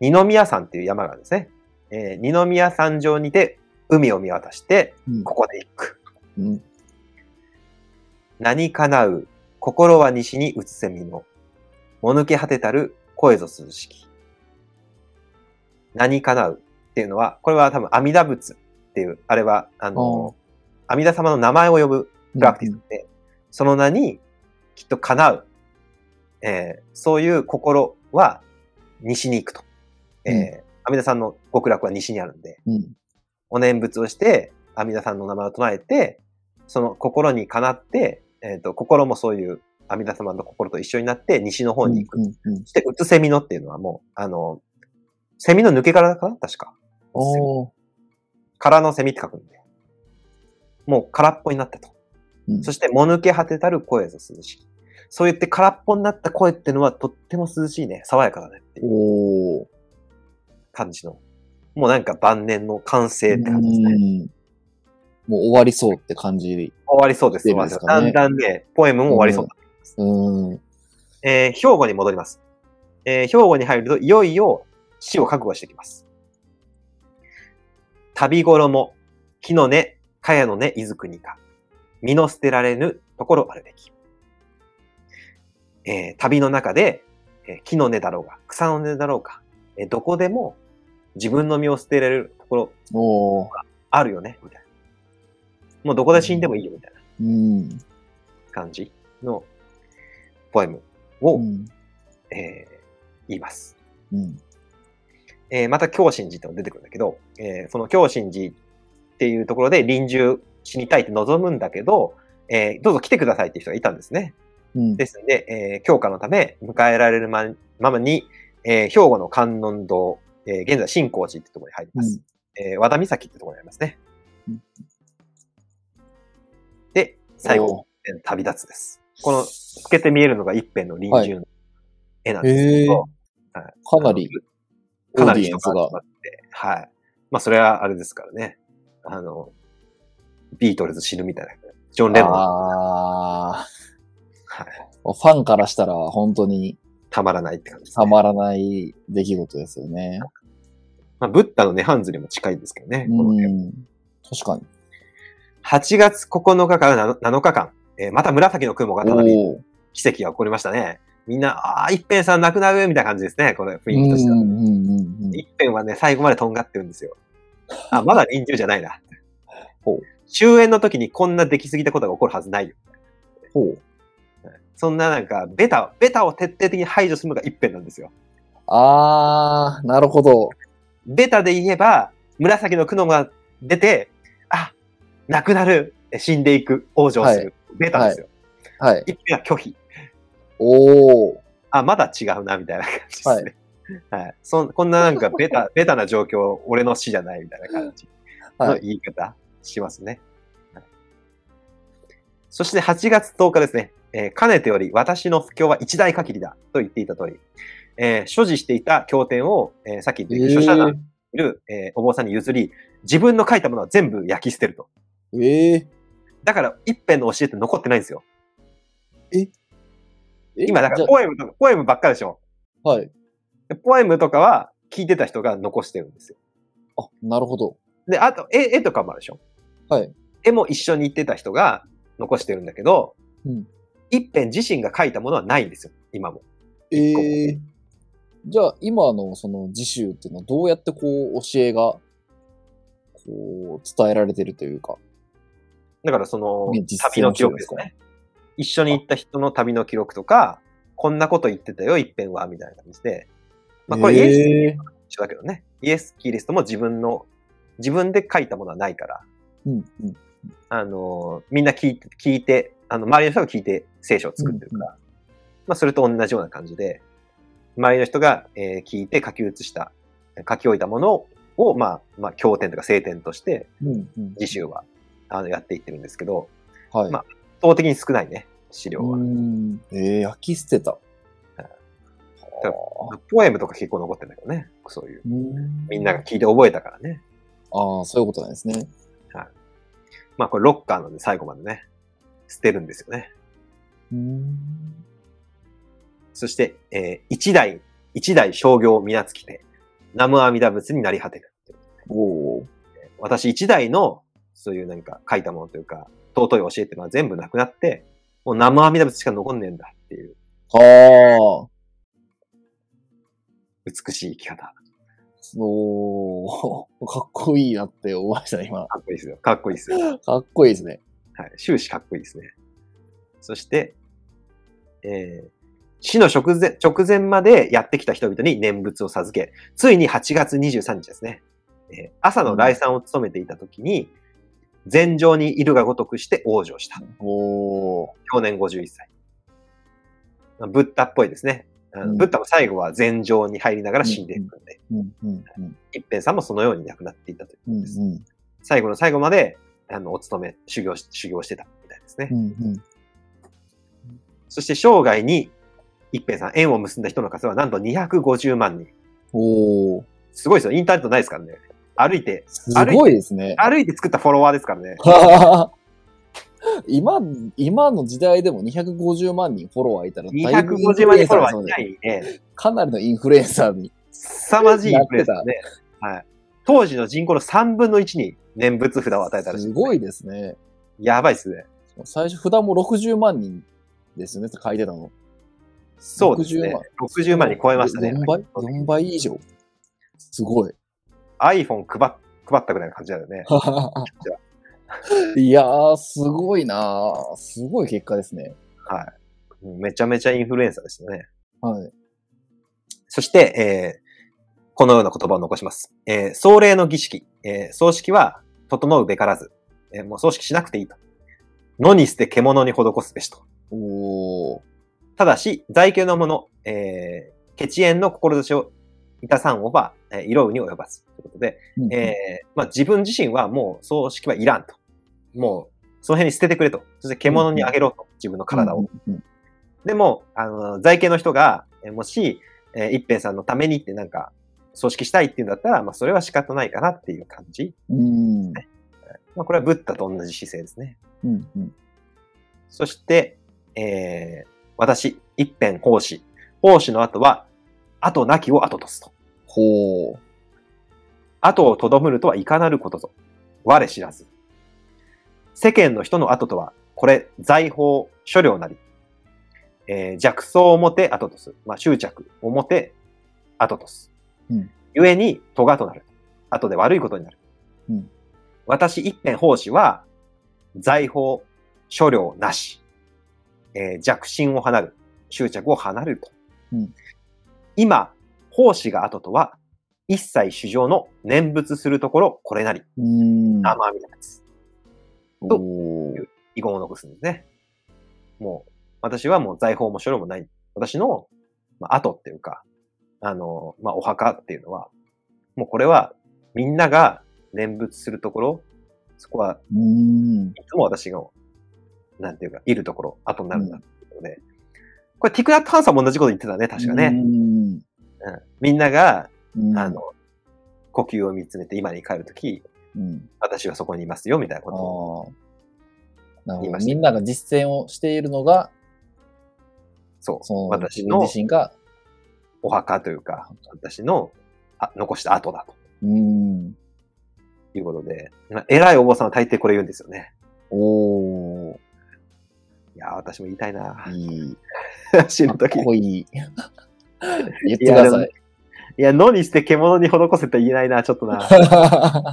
Speaker 1: 二宮山っていう山があるんですね。えー二宮山上にて海を見渡して、
Speaker 2: うん
Speaker 1: ここで行く。
Speaker 2: うん。
Speaker 1: 何かなう、心は西に移せみの。もぬけ果てたる声ぞ涼しき。何かなうっていうのは、これは多分阿弥陀仏っていう、あれは、あの、阿弥陀様の名前を呼ぶプラクティスで、その名にきっと叶う、えーそういう心は西に行くと。えー
Speaker 2: うん
Speaker 1: 阿弥陀さんの極楽は西にあるんで、
Speaker 2: うん。
Speaker 1: お念仏をして、阿弥陀さんの名前を唱えて、その心にかなって、えっ、と、心もそういう阿弥陀様の心と一緒になって西の方に行く。
Speaker 2: うん。うん。
Speaker 1: そして、うつセミのっていうのはもう、あの、セミの抜け殻かな確か。
Speaker 2: おお。
Speaker 1: 殻のセミって書くんで。もう空っぽになったと。
Speaker 2: うん
Speaker 1: そして、もぬけ果てたる声ぞ涼しき。そう言って空っぽになった声ってのはとっても涼しいね。爽やかだねっていう
Speaker 2: おお。
Speaker 1: 感じの。もうなんか晩年の完成って感じですね。
Speaker 2: うんもう終わりそうって感じ。
Speaker 1: 終わりそうです。
Speaker 2: 出るんで
Speaker 1: だ
Speaker 2: すか
Speaker 1: ん
Speaker 2: ね
Speaker 1: だんね、ポエムも終わりそうだ。
Speaker 2: うん。うん。
Speaker 1: えー兵庫に戻ります。えー兵庫に入ると、いよいよ死を覚悟してきます。旅頃も、木の根、茅の根、いずくにか、身の捨てられぬところあるべき。えー旅の中で、えー木の根だろうが、草の根だろうか、えーどこでも自分の身を捨てられるところ
Speaker 2: おお。
Speaker 1: あるよね、みたいな。もうどこで死んでもいいよ、みたいな
Speaker 2: うん。
Speaker 1: 感じのポエムを、
Speaker 2: うん。
Speaker 1: えー言います。
Speaker 2: うん。
Speaker 1: えーまた京神寺ってのが出てくるんだけど、えーその京神寺っていうところで臨終死にたいって望むんだけど、えーどうぞ来てくださいっていう人がいたんですね。
Speaker 2: うん。
Speaker 1: ですので、えー、強化のため迎えられるまままに、えー兵庫の観音堂、えー現在新興寺ってところに入ります。えー和田岬ってところにありますね
Speaker 2: うん。
Speaker 1: で、最後、えー旅立つです。この透けて見えるのが一辺の臨終の絵なん
Speaker 2: おー。
Speaker 1: です
Speaker 2: え
Speaker 1: け
Speaker 2: え
Speaker 1: ど、
Speaker 2: かなり、
Speaker 1: かなり
Speaker 2: オーディエ
Speaker 1: 人
Speaker 2: ン
Speaker 1: が
Speaker 2: ス
Speaker 1: 集
Speaker 2: が
Speaker 1: まって、はい。まあ、それはあれですからね。あの、ビートルズ死ぬみたいな。ジョン・レノン、
Speaker 2: ああ。
Speaker 1: はい
Speaker 2: ファンからしたら本当に
Speaker 1: たまらないって感じです、
Speaker 2: た
Speaker 1: ね。
Speaker 2: まらない出来事ですよね。
Speaker 1: まあ、ブッダのネハンズにも近いですけどね。この辺
Speaker 2: うん。確かに。
Speaker 1: 8月9日から7 7日間、えーまた紫の雲が
Speaker 2: お
Speaker 1: たび
Speaker 2: ー
Speaker 1: 奇跡が起こりましたね。みんな、ああ、一辺さん亡くなるみたいな感じですね、これ、雰
Speaker 2: う
Speaker 1: 囲
Speaker 2: ん
Speaker 1: 気
Speaker 2: う
Speaker 1: としては。
Speaker 2: んうんうん。
Speaker 1: 一辺はね、最後までとんがってるんですよ。あ、まだ臨終じゃないな
Speaker 2: ほう。
Speaker 1: 終焉の時にこんな出来すぎたことが起こるはずないよ。
Speaker 2: ほう。
Speaker 1: そんななんか、ベタ、ベタを徹底的に排除するのが一辺なんですよ。
Speaker 2: ああ、なるほど。
Speaker 1: ベタで言えば、紫の雲が出て、あ、亡くなる、死んでいく、往生する。ベタですよ。
Speaker 2: はい。
Speaker 1: 一辺は拒否。
Speaker 2: おお。
Speaker 1: あ、まだ違うな、みたいな感じですね。はい。そんこんななんかベタ、ベタな状況、俺の死じゃないみたいな感じ
Speaker 2: は
Speaker 1: の
Speaker 2: い。
Speaker 1: 言い方しますね。はいそして8月10日ですね。えーかねてより私の不況は一代限りだと言っていた通り、えー所持していた経典を、えーさっき言った書写団にいる、えーお坊さんに譲り、自分の書いたものは全部焼き捨てると。
Speaker 2: えー、え
Speaker 1: だから一辺の教えって残ってないんですよ。
Speaker 2: ー。
Speaker 1: 今だか
Speaker 2: じゃ
Speaker 1: らポエムとか、ポエムばっかでしょ。
Speaker 2: あはい。
Speaker 1: でポエムとかは聞いてた人が残してるんですよ
Speaker 2: あ、なるほど。
Speaker 1: で、あと、絵、絵とかもあるでしょ
Speaker 2: はい。
Speaker 1: 絵も一緒に行ってた人が残してるんだけど、
Speaker 2: うん
Speaker 1: 一辺自身が書いたものはないんですよ、今も。
Speaker 2: ええじゃあ、今のその自習っていうのはどうやってこう教えが、こう、伝えられてるというか。
Speaker 1: だからその
Speaker 2: ね、実
Speaker 1: 旅
Speaker 2: 践
Speaker 1: の
Speaker 2: の
Speaker 1: 記録ですね。一緒に行った人の旅の記録とか、こんなこと言ってたよ、一辺は、みたいな感じで。まあ、これイエス
Speaker 2: えー
Speaker 1: 一緒だけどね。イエス・キリストも自分の、自分で書いたものはないから、
Speaker 2: うんうん。
Speaker 1: あの、みんな聞いて、聞いて、あの、周りの人が聞いて聖書を作ってるから、まあ、それと同じような感じで、周りの人が、えー聞いて書き写した、書き置いたものを、まあ、まあ、経典とか聖典として、
Speaker 2: うんうん。
Speaker 1: 次週は、あの、やっていってるんですけど、
Speaker 2: はい。
Speaker 1: まあ圧倒的に少ないね、資料
Speaker 2: う
Speaker 1: は。
Speaker 2: ん。えー、焼き捨てた。
Speaker 1: だ
Speaker 2: はあ
Speaker 1: ポエムとか結構残ってんだけどね、そういう。
Speaker 2: うん
Speaker 1: みんなが聞いて覚えたからね。
Speaker 2: ああ、そういうことなんですね。
Speaker 1: まあ、これロッカーなんで最後までね、捨てるんですよね。
Speaker 2: うん。
Speaker 1: そして、えー一代、一代商業皆尽きて、南無阿弥陀仏になり果てる。
Speaker 2: おー
Speaker 1: 私一代の、そういうなんか書いたものというか、尊い教えっていうのは全部なくなって、もう南無阿弥陀仏しか残んねえんだっていう
Speaker 2: はあ。
Speaker 1: 美しい生き方。
Speaker 2: おー かっこいいなって思いましたね、今。
Speaker 1: かっこいいですよ。かっこいいですよ。
Speaker 2: かっこいいですね。
Speaker 1: はい。終始かっこいいですね。そして、えー死の直前、直前までやってきた人々に念仏を授け、ついに8月23日ですね。えー朝の来山を務めていた時に、禅城にいるがごとくして往生した。
Speaker 2: おー
Speaker 1: 去年51歳。まあブッダっぽいですね。あの
Speaker 2: うん
Speaker 1: ブッダも最後は禅城に入りながら死んでいくんで、
Speaker 2: うんうんうん
Speaker 1: 一辺さんもそのように亡くなっていったという
Speaker 2: うんうん
Speaker 1: 最後の最後まで、あの、お勤め、修行し、修行してたみたいですね。
Speaker 2: うんうん
Speaker 1: そして生涯に一平さん、縁を結んだ人の数はなんと250万人。
Speaker 2: おー
Speaker 1: すごいですよ。インターネットないですからね。歩いて、
Speaker 2: すごいですね。
Speaker 1: 歩いて作ったフォロワーですからね。
Speaker 2: 今、今の時代でも250万人フォロワーいたら、だいぶインフ
Speaker 1: 250
Speaker 2: ル
Speaker 1: 万人
Speaker 2: エ
Speaker 1: フ
Speaker 2: ンサ
Speaker 1: ォ
Speaker 2: ー
Speaker 1: ロ
Speaker 2: で
Speaker 1: ワ
Speaker 2: す
Speaker 1: ー
Speaker 2: の
Speaker 1: い
Speaker 2: で
Speaker 1: ないね。
Speaker 2: かなりのインフルエンサーに。
Speaker 1: 凄まじいインフルエンサーね。はい。当時の人口の3分の1に念仏札を与えたらしい。
Speaker 2: すごいですね。
Speaker 1: やばいっすね。
Speaker 2: 最初、札も60万人ですよね、書いてたの。
Speaker 1: そうですね。60万人超えましたね。
Speaker 2: 4倍 ?4 倍以上。すごい。
Speaker 1: iPhone 配っ配ったぐらいの感じだよね。
Speaker 2: いやー、すごいなー。すごい結果ですね。
Speaker 1: はい。めちゃめちゃインフルエンサーでしたね。
Speaker 2: はい。
Speaker 1: そして、えーこのような言葉を残します。えー、葬礼の儀式、えー葬式は整うべからず、えーもう葬式しなくていいと。野に捨て獣に施すべしと。
Speaker 2: おー。
Speaker 1: ただし、在家の者、えー、血縁の志をいたさんをば、えー、色うに及ばず。ということで、
Speaker 2: うん
Speaker 1: えーまあ、自分自身はもう葬式はいらんと。もう、その辺に捨ててくれと。そして獣にあげろと。自分の体を。。
Speaker 2: うんうん
Speaker 1: でも、あの、在家の人が、えーもし、えー一平さんのためにってなんか、葬式したいっていうんだったら、まあ、それは仕方ないかなっていう感じ。
Speaker 2: うん。
Speaker 1: まあ、これはブッダと同じ姿勢ですね。
Speaker 2: うん、うん。
Speaker 1: そして、えー私、一辺奉仕。奉仕の後は、後なきを後とすと。
Speaker 2: ほう。
Speaker 1: 後をとどむるとはいかなることぞ。我知らず。世間の人の後とは、これ、財宝、所領なり。えー弱層をもて後とす。まあ、執着をもて後とす。
Speaker 2: うん
Speaker 1: 故に、咎となる。後で悪いことになる。
Speaker 2: うん
Speaker 1: 私一辺奉仕は、財宝、所領なし。えー弱心を離る。執着を離れると。
Speaker 2: うん
Speaker 1: 今、奉仕が後とは、一切主上の念仏するところ、これなり、
Speaker 2: うーん。
Speaker 1: 生阿弥陀仏。と
Speaker 2: おー
Speaker 1: 遺言を残すんですね。もう、私はもう財宝も所領もない。私の、まあ、後っていうか、あの、まあ、お墓っていうのは、もうこれは、みんなが念仏するところ、そこは
Speaker 2: うーん。
Speaker 1: いつも私が、なんていうか、いるところ、後になるんだっていうので、これ、ティクナットハンさんも同じこと言ってたね、確か
Speaker 2: うー
Speaker 1: ね。
Speaker 2: ん。
Speaker 1: うん、みんなが、
Speaker 2: うん
Speaker 1: あ、の、呼吸を見つめて今に帰るとき、
Speaker 2: うん。
Speaker 1: 私はそこにいますよ、みたいな
Speaker 2: あ
Speaker 1: こ
Speaker 2: あ
Speaker 1: とを。
Speaker 2: なる
Speaker 1: 言い
Speaker 2: ほど。
Speaker 1: ました
Speaker 2: みんなが実践をしているのが、
Speaker 1: そう。
Speaker 2: その、
Speaker 1: 私
Speaker 2: 自
Speaker 1: の
Speaker 2: 分自身が、
Speaker 1: お墓というか、私のあ残した後だと
Speaker 2: うーん。
Speaker 1: いうことで、まあ偉いお坊さんは大抵これ言うんですよね。
Speaker 2: おー
Speaker 1: いやー、私も言いたいな。
Speaker 2: いい。
Speaker 1: 死
Speaker 2: か
Speaker 1: ぬとき
Speaker 2: っ。こ いい。言って
Speaker 1: い
Speaker 2: く
Speaker 1: や
Speaker 2: だ
Speaker 1: でも
Speaker 2: さ
Speaker 1: ね
Speaker 2: い。
Speaker 1: いや、野にして獣に施せて言えないな、ちょっとな。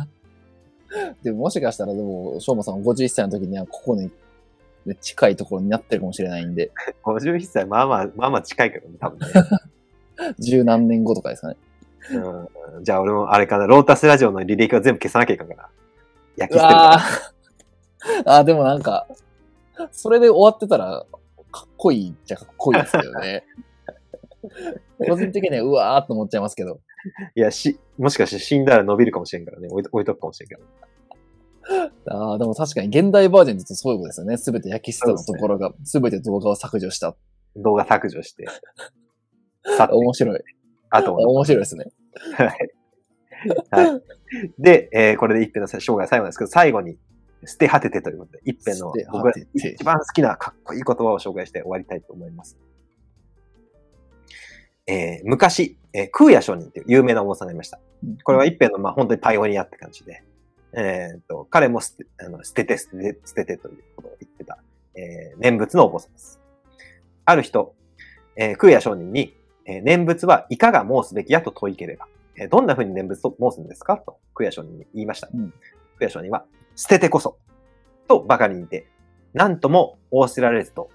Speaker 2: でももしかしたら、でも、しょうまさん51歳の時には、ここに、ね近いところになってるかもしれないんで、
Speaker 1: 51歳、まあまあ、まあまあ近いけどね、多分ね。
Speaker 2: 十何年後とかですかね。
Speaker 1: うん、じゃあ俺もあれかな、ロータスラジオの履歴は全部消さなきゃいかんかな。焼き
Speaker 2: う
Speaker 1: 捨てるから
Speaker 2: わー あー、でもなんか、それで終わってたら、かっこいいっちゃかっこいいですけどね。 個人的には、うわーっと思っちゃいますけど。
Speaker 1: いや、し、もしかして死んだら伸びるかもしれんからね、置いと置いとくかもしれんけど。
Speaker 2: ああ、でも確かに現代バージョンで言うとそういうことですよね。すべて焼き捨てたところが、すべて動画を削除した。
Speaker 1: 動画削除 して。さ
Speaker 2: 面白い。
Speaker 1: あとは。
Speaker 2: 面白いですね。
Speaker 1: で、えーこれで一辺の生涯最後なんですけど、最後に、捨て果ててということで、一辺の
Speaker 2: 捨て
Speaker 1: 僕が
Speaker 2: 果てて
Speaker 1: 一番好きなかっこいい言葉を紹介して終わりたいと思います。えー昔、えー空也上人という有名なお坊さんがいました。これは一辺の、まあ、本当にパイオニアって感じで、えーっと、彼も捨てあの捨てて捨てて捨ててということを言ってた、えー念仏のお坊さんです。ある人、えー空也上人に、えー念仏はいかが申すべきやと問いければ、えーどんな風に念仏と申すんですかと空也上人に言いました。
Speaker 2: うん
Speaker 1: 空也上人は、捨ててこそ、とばかりにて、なんとも仰せられずと、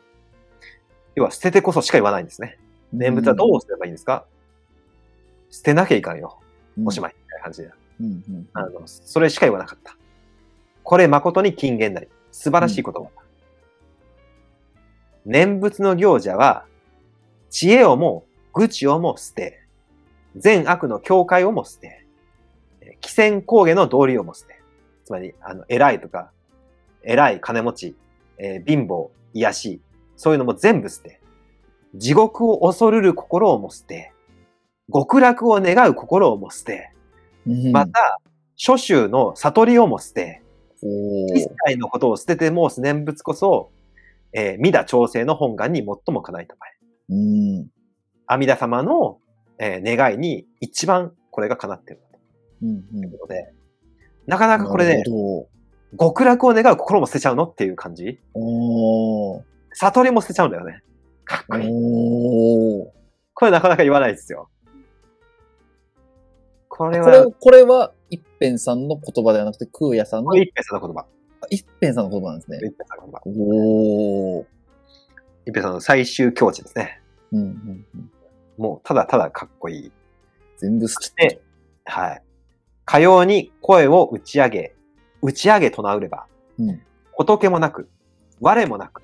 Speaker 1: 要は捨ててこそしか言わないんですね。念仏はどうすればいいんですか、捨てなきゃいかんよ。
Speaker 2: うん
Speaker 1: おしまい。みたいな感じで。
Speaker 2: うんうん
Speaker 1: あの、それしか言わなかった。これ誠に金言なり。素晴らしい言葉だ。念仏の行者は、知恵をも、愚痴をも捨て、善悪の境界をも捨て、えー貴船工芸の道理をも捨て。つまり、あの、偉いとか、偉い金持ち、えー貧乏、癒しい、そういうのも全部捨て、地獄を恐るる心をも捨て、極楽を願う心をも捨て、
Speaker 2: うん
Speaker 1: また、諸宗の悟りをも捨て、
Speaker 2: おー
Speaker 1: 一切のことを捨てて申す念仏こそ、えー、未だ調整の本願に最も叶いたまえ。
Speaker 2: うん。
Speaker 1: 阿弥陀様の、えー願いに一番これが叶っている
Speaker 2: うん
Speaker 1: ということで、なかなかこれね
Speaker 2: なる、ほ
Speaker 1: 極楽を願う心も捨てちゃうのっていう感じ。
Speaker 2: どおー
Speaker 1: 悟りも捨てちゃうんだよね。かっこいい。
Speaker 2: おー
Speaker 1: これなかなか言わないですよ。これ
Speaker 2: こ
Speaker 1: は
Speaker 2: れ、、これは、一辺さんの言葉ではなくて、空也さん
Speaker 1: こ
Speaker 2: の、
Speaker 1: れ一平さんの言葉。
Speaker 2: 一辺さんの言葉なんですね。
Speaker 1: 一平さんの言葉。
Speaker 2: おー
Speaker 1: 一平さんの最終境地ですね。
Speaker 2: うんうんうん
Speaker 1: もう、ただただかっこいい。
Speaker 2: 全部好き。
Speaker 1: で、はい。かように声を打ち上げ、打ち上げ唱うれば、
Speaker 2: うん
Speaker 1: 仏もなく、我もなく、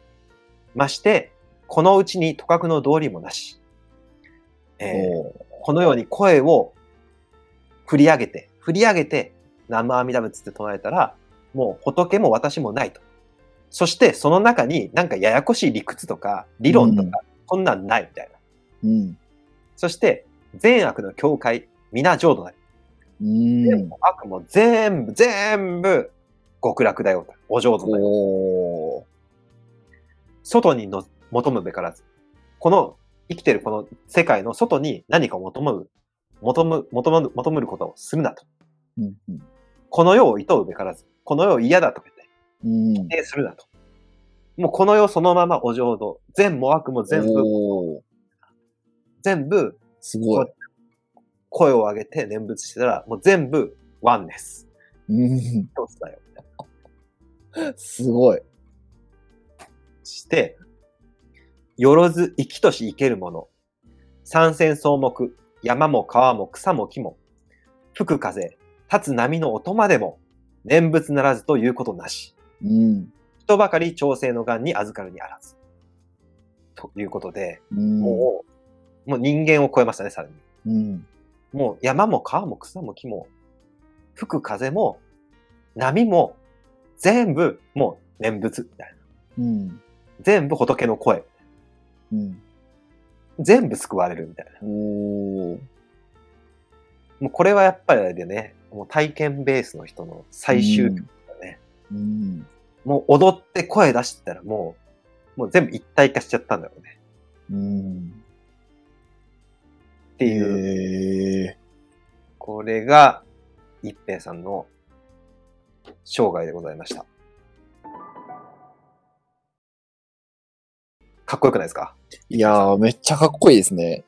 Speaker 1: まして、このうちにとかくの道理もなし、えー
Speaker 2: おー
Speaker 1: このように声を振り上げて、振り上げて、南無阿弥陀仏って唱えたら、もう仏も私もないと。そして、その中になんかややこしい理屈とか、理論と
Speaker 2: うん
Speaker 1: か、こんなんないみたいな。
Speaker 2: うん。
Speaker 1: そして、善悪の境界、皆浄土なり
Speaker 2: うん。
Speaker 1: 悪も全部、全部、極楽だよと、お浄土だよ。
Speaker 2: おー。
Speaker 1: 外にの求むべからず。この、生きてるこの世界の外に何かを求む、求む、求む、求むることをするなと。
Speaker 2: うんうん
Speaker 1: この世を厭うべからず。この世を嫌だとか言って、
Speaker 2: う
Speaker 1: 否
Speaker 2: ん。
Speaker 1: 定するなと。もうこの世そのままお浄土。善も悪も全部、
Speaker 2: おー
Speaker 1: 全部
Speaker 2: すごい。
Speaker 1: 声を上げて念仏してたら、もう全部ワンネス。
Speaker 2: うん。
Speaker 1: 一つだよ。
Speaker 2: すごい。
Speaker 1: して、よろず生きとし生けるもの。三千草木、山も川も草も木も、吹く風、立つ波の音までも、念仏ならずということなし。
Speaker 2: うん。
Speaker 1: 人ばかり調整の癌に預かるにあらず。ということで、
Speaker 2: うん。
Speaker 1: もう、もう人間を超えましたね、さらに。
Speaker 2: うん。
Speaker 1: もう山も川も草も木も、吹く風も、波も、全部、もう念仏みたいな。
Speaker 2: うん。
Speaker 1: 全部仏の声。
Speaker 2: うん。
Speaker 1: 全部救われるみたいな。
Speaker 2: おー。
Speaker 1: もうこれはやっぱりあれでね、もう体験ベースの人の最終、ね
Speaker 2: うん。うん。
Speaker 1: もう踊って声出してたらもう、もう全部一体化しちゃったんだろうね。
Speaker 2: うん。
Speaker 1: っていう、
Speaker 2: へえ。
Speaker 1: これが、一平さんの生涯でございました。かっこよくないですか
Speaker 2: いやー、めっちゃかっこいいですね。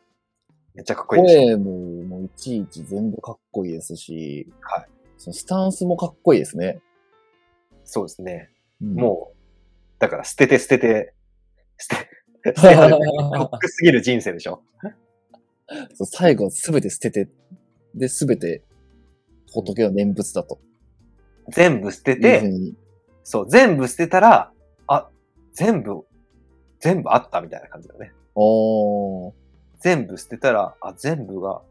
Speaker 1: めっちゃかっこいいでしょ。
Speaker 2: 声も、もういちいち全部かっこいいですし、
Speaker 1: はい
Speaker 2: そのスタンスもかっこいいですね。
Speaker 1: そうですね。
Speaker 2: うん
Speaker 1: もう、だから捨てて捨てて、捨て、 捨て たらロッ
Speaker 2: そ
Speaker 1: クすぎる人生でしょ。
Speaker 2: う最後すべて捨てて、で、すべて仏の念仏だと。
Speaker 1: 全部捨て
Speaker 2: いう
Speaker 1: て
Speaker 2: ふう、に
Speaker 1: そう、全部捨てたら、あ、全部、全部あったみたいな感じだね。
Speaker 2: おー
Speaker 1: 全部捨てたら、あ、全部が、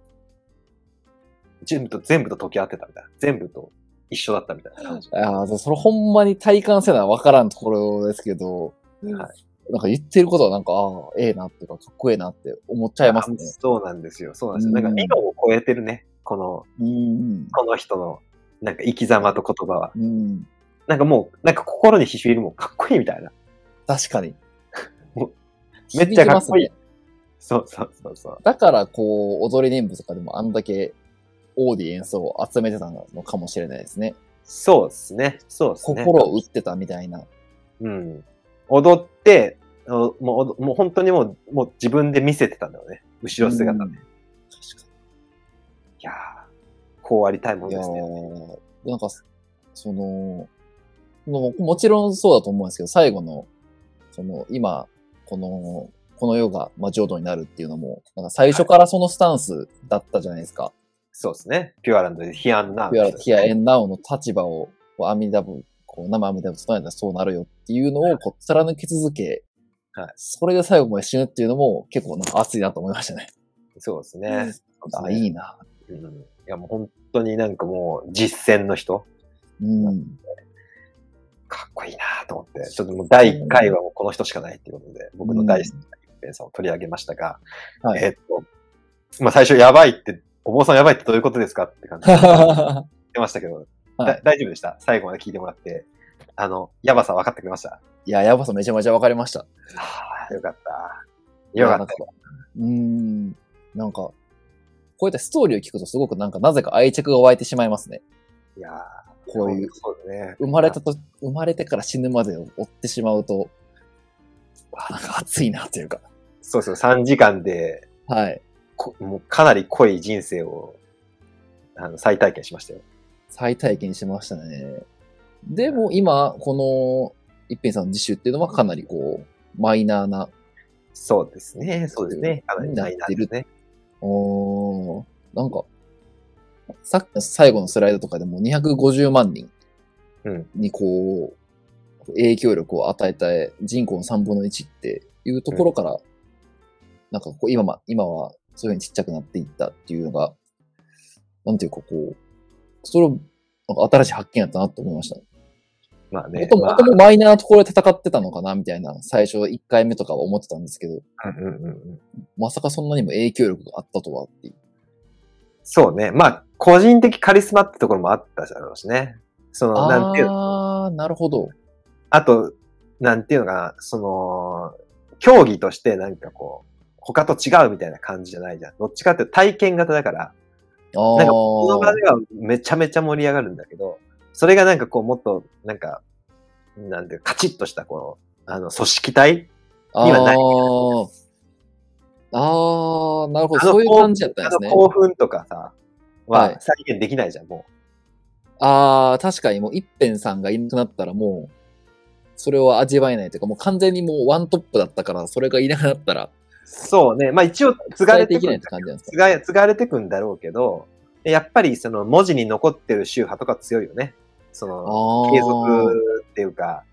Speaker 1: 全部と、全部と溶け合ってたみたいな。全部と一緒だったみたいな感じ。
Speaker 2: あーそれほんまに体感せなわからんところですけど、
Speaker 1: は
Speaker 2: なんか言ってることはなんか、ああ、ええなっていうか、かっこええなって思っちゃいますね。
Speaker 1: そうなんですよ。そうなんですよ。
Speaker 2: う
Speaker 1: なんんか、理論を超えてるね。この、
Speaker 2: うん。
Speaker 1: この人の、なんか生き様と言葉は。
Speaker 2: うん。
Speaker 1: なんかもう、なんか心にひしびるもんかっこいいみたいな。
Speaker 2: 確かに
Speaker 1: も。 めっちゃかっこいい
Speaker 2: 響きますね。
Speaker 1: そうそうそうそう。
Speaker 2: だから、こう、踊り念仏とかでもあんだけオーディエンスを集めてたのかもしれないですね。
Speaker 1: そうですね。そうですね。
Speaker 2: 心を打ってたみたいな。
Speaker 1: うん。踊って、あのもうおど、もう本当にもう、もう自分で見せてたんだよね。後ろ姿で。
Speaker 2: うん
Speaker 1: い
Speaker 2: 確か
Speaker 1: やーこうありたいもん
Speaker 2: に。
Speaker 1: で
Speaker 2: いや
Speaker 1: すね。
Speaker 2: ーなんか、その、ももちろんそうだと思うんですけど、最後の、その、今、この、この世が、まあ、浄土になるっていうのも、なんか最初からそのスタンスだったじゃないですか。
Speaker 1: そうですね。ピュアランドでヒアンナー。
Speaker 2: いわゆる、ヒアエンナオの立場を、こう阿弥陀仏、こう生阿弥陀仏唱えたらそうなるよっていうのを、こう、貫き続け、
Speaker 1: はい
Speaker 2: それで最後まで死ぬっていうのも、結構なんか熱いなと思いましたね。
Speaker 1: そうですね。
Speaker 2: あ、いいな。
Speaker 1: うん。いや、もう本当になんかもう実践の人、
Speaker 2: うん。
Speaker 1: かっこいいなと思って、ちょっともう第1回はもうこの人しかないっていうことで、僕の大好きな一平さんを取り上げましたが、
Speaker 2: はい
Speaker 1: えーっと、まあ最初やばいって、お坊さんやばいってどういうことですかって感じで言ってましたけど、
Speaker 2: はい
Speaker 1: だ大丈夫でした最後まで聞いてもらって。あの、やばさ分かってくれました
Speaker 2: いや、やばさめちゃめちゃわかりました。
Speaker 1: ああ、よかった。よかった。
Speaker 2: うーん。なんか、こういったストーリーを聞くとすごくなんかなぜか愛着が湧いてしまいますね。
Speaker 1: いやー
Speaker 2: こういう、
Speaker 1: そうだね。
Speaker 2: 生まれたと、生まれてから死ぬまでを追ってしまうと、わあなんか熱いなというか。
Speaker 1: そうそう、3時間で、
Speaker 2: はい。
Speaker 1: こもうかなり濃い人生を、あの、再体験しましたよ。
Speaker 2: 再体験しましたね。でも今、この、一平さんの自習っていうのはかなりこう、マイナーな、
Speaker 1: そうですね、そうですね。かなりないなですね。
Speaker 2: おーなんか、さっきの最後のスライドとかでも250万人
Speaker 1: うん
Speaker 2: にこう、影響力を与えた人口の3分の1っていうところから、なんかこう今ま、今はそういうふうにちっちゃくなっていったっていうのが、なんていうかこう、それをなんか新しい発見やったなと思いました。
Speaker 1: まあね。
Speaker 2: もとも
Speaker 1: まあ
Speaker 2: ともマイナーなところで戦ってたのかなみたいな、最初1回目とかは思ってたんですけど、
Speaker 1: うんうんうんうん
Speaker 2: まさかそんなにも影響力があったとはっていう。
Speaker 1: そうね。まあ、個人的カリスマってところもあっただろうしね。その、なんていうの
Speaker 2: あああ、なるほど。
Speaker 1: あと、なんていうのかな、その、競技としてなんかこう、他と違うみたいな感じじゃないじゃん。どっちかっていうと体験型だから、
Speaker 2: ああ。
Speaker 1: なんかこの場ではめちゃめちゃ盛り上がるんだけど、それがなんかこうもっと、なんか、なんていうか、カチッとしたこの、あの、組織体にはない
Speaker 2: あーあー、なるほど。
Speaker 1: あの
Speaker 2: そういう感じだったんで
Speaker 1: あ
Speaker 2: す
Speaker 1: の
Speaker 2: ね。
Speaker 1: 興奮とかさ、
Speaker 2: は
Speaker 1: はい再現できないじゃん、も
Speaker 2: ああ、確かにもう一辺さんがいなくなったらもう、それを味わえないというか、もう完全にもうワントップだったから、それがいなくなったら、
Speaker 1: う。そうね。まあ一応継がれ
Speaker 2: 伝えて
Speaker 1: て
Speaker 2: い
Speaker 1: く
Speaker 2: けない
Speaker 1: る
Speaker 2: って感じなんです
Speaker 1: 継
Speaker 2: か。
Speaker 1: が継がれてくんだろうけど、やっぱりその文字に残ってる宗派とか強いよね。そ
Speaker 2: あ
Speaker 1: の、
Speaker 2: あ。
Speaker 1: 継続っていうか、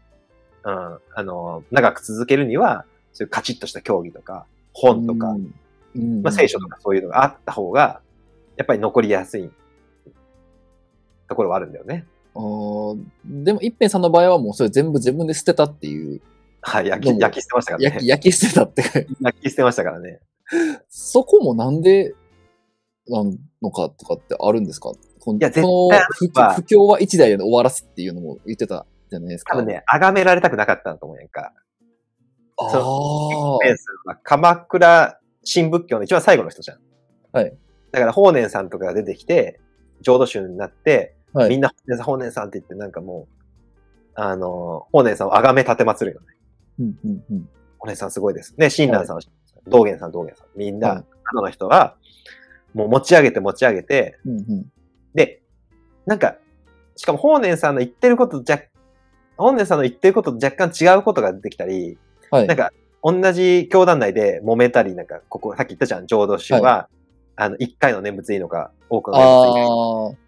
Speaker 1: うん、あの、長く続けるには、そういうカチッとした競技とか、本とか、
Speaker 2: うん。うん
Speaker 1: まあ、聖書とかそういうのがあった方が、やっぱり残りやすいところはあるんだよね。
Speaker 2: あーでも、一平さんの場合はもうそれ全部自分で捨てたっていう、
Speaker 1: はい、焼
Speaker 2: で
Speaker 1: き、
Speaker 2: も
Speaker 1: 焼き捨てましたから
Speaker 2: 焼き、
Speaker 1: ね。
Speaker 2: 焼き捨てたって いう。
Speaker 1: 焼き捨てましたからね。
Speaker 2: そこもなんで、なんのかとかってあるんですかこの
Speaker 1: いや絶対
Speaker 2: こ
Speaker 1: ある
Speaker 2: の
Speaker 1: わ
Speaker 2: 不不況は一台で終わらすっていうのも言ってたじゃないですか。
Speaker 1: 多分ね、崇められたくなかったんだと思うやんか。
Speaker 2: あ
Speaker 1: そ
Speaker 2: あ。
Speaker 1: 法然さんは鎌倉新仏教の一番最後の人じゃん。
Speaker 2: はい。
Speaker 1: だから法然さんとかが出てきて、浄土宗になって、
Speaker 2: はい
Speaker 1: みんな法然さん、法然さんって言ってなんかもう、あの、法然さんを崇め立てまつるよね。
Speaker 2: うんうんうん。
Speaker 1: 法然さんすごいです。ね、親鸞さん、道元さん、道元さん。みん
Speaker 2: はい
Speaker 1: な、あの人が、もう持ち上げて持ち上げて、
Speaker 2: うんうん。
Speaker 1: で、なんか、しかも法然さんの言ってることと若、法然さんの言ってることと若干違うことが出てきたり、
Speaker 2: はい。
Speaker 1: なんか、同じ教団内で揉めたり、なんか、ここ、さっき言ったじゃん、浄土宗は、あの、一回の念仏いいのか、多くの念仏いいのか、
Speaker 2: あ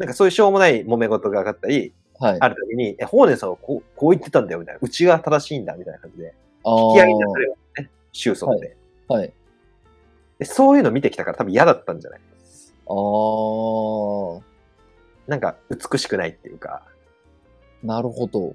Speaker 1: なんかそういうしょうもない揉め事が上がったり、
Speaker 2: あー。はい。
Speaker 1: あるたびに、え、法然さんはこう、こう言ってたんだよ、みたいな。うちが正しいんだ、みたいな感じで、
Speaker 2: あ
Speaker 1: 引
Speaker 2: ー
Speaker 1: き上げになされるんですね、宗祖って、
Speaker 2: はい。
Speaker 1: でそういうの見てきたから多分嫌だったんじゃない
Speaker 2: ああ。
Speaker 1: なんか、美しくないっていうか、
Speaker 2: なるほど。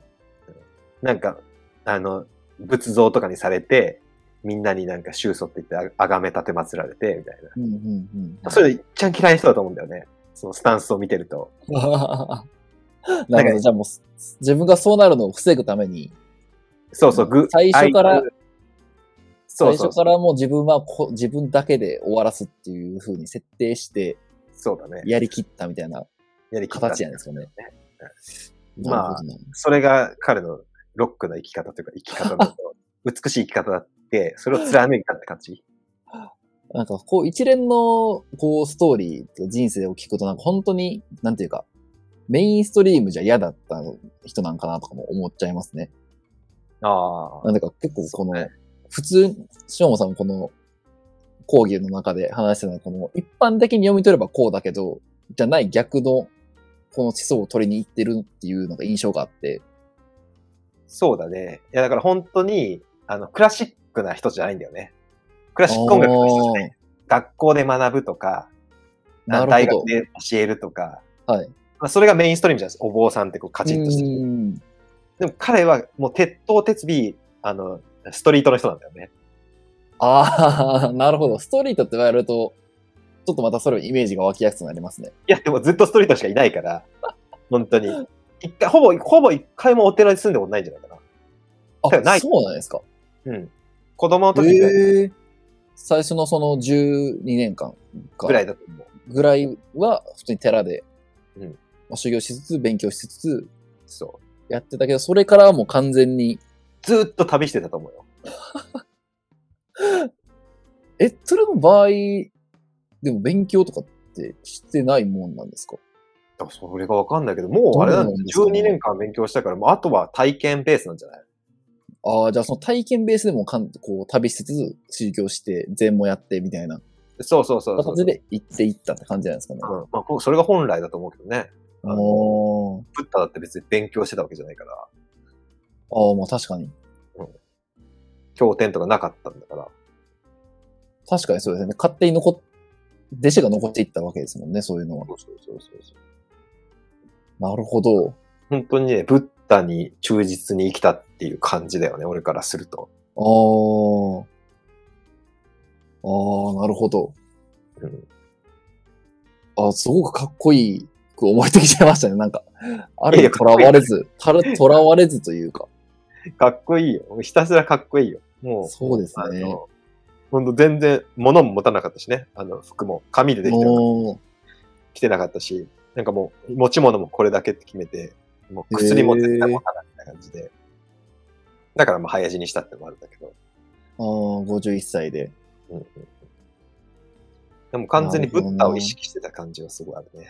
Speaker 1: なんか、あの、仏像とかにされて、みんなになんか宗祖って言って、あがめ立てまつられて、みたい
Speaker 2: うんうんう
Speaker 1: な。
Speaker 2: ん。
Speaker 1: そういうの一番嫌いな人だと思うんだよね。そのスタンスを見てると。
Speaker 2: なるほど。じゃあもう、自分がそうなるのを防ぐために、
Speaker 1: そうそう、ぐ
Speaker 2: 最初から
Speaker 1: あいつそう
Speaker 2: 最
Speaker 1: そう
Speaker 2: 初からもう自分はこ自分だけで終わらすっていう風に設定して、
Speaker 1: そうだね。
Speaker 2: やりきったみたいな
Speaker 1: やり方
Speaker 2: 形なんですかね。
Speaker 1: うん
Speaker 2: なるほどな
Speaker 1: それが彼のロックの生き方というか、生き方 だと、美しい生き方だって、それを貫いたって感じ。
Speaker 2: なんかこう一連のこうストーリー、人生を聞くとなんか本当に、なんていうか、メインストリームじゃ嫌だった人なんかなとかも思っちゃいますね。
Speaker 1: ああ
Speaker 2: な。んだか結構こ
Speaker 1: そう
Speaker 2: の、
Speaker 1: ね
Speaker 2: 普通、しもさんもこの講義の中で話してたのはこの一般的に読み取ればこうだけど、じゃない逆のこの思想を取りに行ってるっていうのが印象があって、
Speaker 1: そうだね。いや、だから本当に、あの、クラシックな人じゃないんだよね。クラシック音楽の人じゃない。学校で学ぶとか、
Speaker 2: なるほど
Speaker 1: 大学で教えるとか、
Speaker 2: はい。
Speaker 1: まあ、それがメインストリームじゃないですか。お坊さんってこうカ
Speaker 2: パ
Speaker 1: チッとしてる。
Speaker 2: て。
Speaker 1: でも彼はもう鉄頭鉄尾、あの、ストリートの人なんだよね。
Speaker 2: ああ、なるほど。ストリートって 言われると、ちょっとまたそれをイメージが湧きやすくなりますね。
Speaker 1: いや、でもずっとストリートしかいないから、本当に。一回、ほぼ、ほぼ一回もお寺に住んでもないんじゃないか
Speaker 2: あ
Speaker 1: だからない
Speaker 2: そうなんですか。
Speaker 1: な。うん。子供の時ぐらい
Speaker 2: へえ。最初のその12年間か
Speaker 1: ぐらいだと思う。
Speaker 2: ぐらいは普通に寺で、
Speaker 1: うん
Speaker 2: まあ修行しつつ勉強しつつ
Speaker 1: そう。
Speaker 2: やってたけど、それからはもう完全に、
Speaker 1: ずーっと旅してたと思うよ。
Speaker 2: え、それの場合、でも勉強とかってしてないもんなんですか
Speaker 1: だからそれがわかんないけど、もうあれなんだ
Speaker 2: どう
Speaker 1: よ
Speaker 2: なんですかね
Speaker 1: 12年間勉強したから、もうあとは体験ベースなんじゃない
Speaker 2: ああ、じゃあその体験ベースでもかん、こう旅しつつ修行して禅もやってみたいな
Speaker 1: そうそうそうそう。
Speaker 2: 形で行っていったって感じなんですかね。
Speaker 1: うん。まあ、こうそれが本来だと思うけどね。あの
Speaker 2: おー
Speaker 1: ブッダだって別に勉強してたわけじゃないから、
Speaker 2: ああ、まあ確かに。
Speaker 1: 経典とかなかったんだから。
Speaker 2: 確かにそうですね。勝手に残っ、弟子が残っていったわけですもんね、そういうのは。
Speaker 1: そうそうそうそうそう。
Speaker 2: なるほど。
Speaker 1: 本当にね、ブッダに忠実に生きたっていう感じだよね、俺からすると。
Speaker 2: ああ。ああ、なるほど。
Speaker 1: うん。
Speaker 2: あすごくかっこいいく思えてきちゃいましたね、なんか。あるにとらわれず、たる、とらわれずというか。
Speaker 1: かっこいいよ。ひたすらかっこいいよ。もう、
Speaker 2: そうです
Speaker 1: あ
Speaker 2: ね。
Speaker 1: の、ほんと全然、物も持たなかったしね。あの、服も紙でできてるから
Speaker 2: も
Speaker 1: 着てなかったし、なんかもう、持ち物もこれだけって決めて、もう薬も絶対持たないみたいな感じで。だからまあ、早死にしたってのもあるんだけど。
Speaker 2: う、あー51歳で。
Speaker 1: うんうんうんでも完全にブッダを意識してた感じはすごいあるね。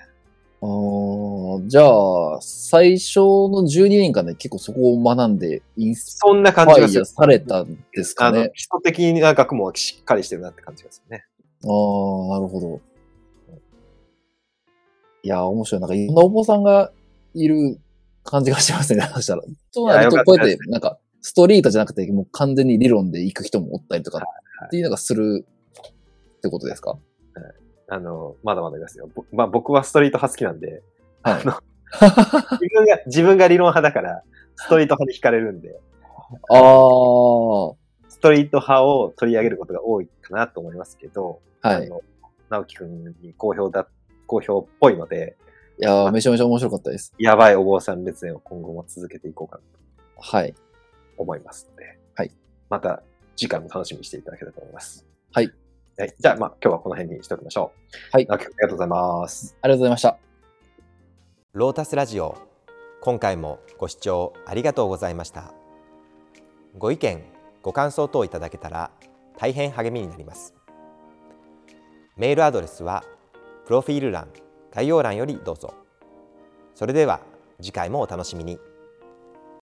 Speaker 2: あーじゃあ、最初の12年間で結構そこを学んで、インス
Speaker 1: そんな
Speaker 2: パ
Speaker 1: 感じが
Speaker 2: イ
Speaker 1: する。
Speaker 2: アされたんですか
Speaker 1: あの
Speaker 2: ね。、
Speaker 1: 基礎的な学問はしっかりしてるなって感じがするね。
Speaker 2: ああー、なるほど。いやー、面白い。なんかいろんなお坊さんがいる感じがしますね、 話したら。そうなる
Speaker 1: いや
Speaker 2: と、
Speaker 1: よ
Speaker 2: こ
Speaker 1: かった
Speaker 2: うやっ
Speaker 1: です
Speaker 2: て、なんか、ストリートじゃなくて、もう完全に理論で行く人もおったりとか
Speaker 1: はい
Speaker 2: っていうのがするってことですか
Speaker 1: あの、まだまだいますよ。ぼまあ僕はストリート派好きなんで、
Speaker 2: は い
Speaker 1: あの、自分が、自分が理論派だから、ストリート派に惹かれるんで、
Speaker 2: ああ、は
Speaker 1: ストリート派を取り上げることが多いかなと思いますけど、あ
Speaker 2: い。い
Speaker 1: の、直樹くんに好評だ、好評っぽいので、
Speaker 2: やー、めちゃめちゃ面白かったです。
Speaker 1: やばいお坊さん列伝を今後も続けていこうかなと
Speaker 2: はい。
Speaker 1: 思いますので、
Speaker 2: はい。
Speaker 1: また次回も楽しみにしていただければと思います。
Speaker 2: はい。
Speaker 1: はい。じゃあ、まあ今日はこの辺にしておきましょう。
Speaker 2: はい
Speaker 1: 直樹くんありがとうございます。
Speaker 2: ありがとうございました。
Speaker 3: ロータスラジオ今回もご視聴ありがとうございましたご意見ご感想等いただけたら大変励みになりますメールアドレスはプロフィール欄概要欄よりどうぞそれでは次回もお楽しみに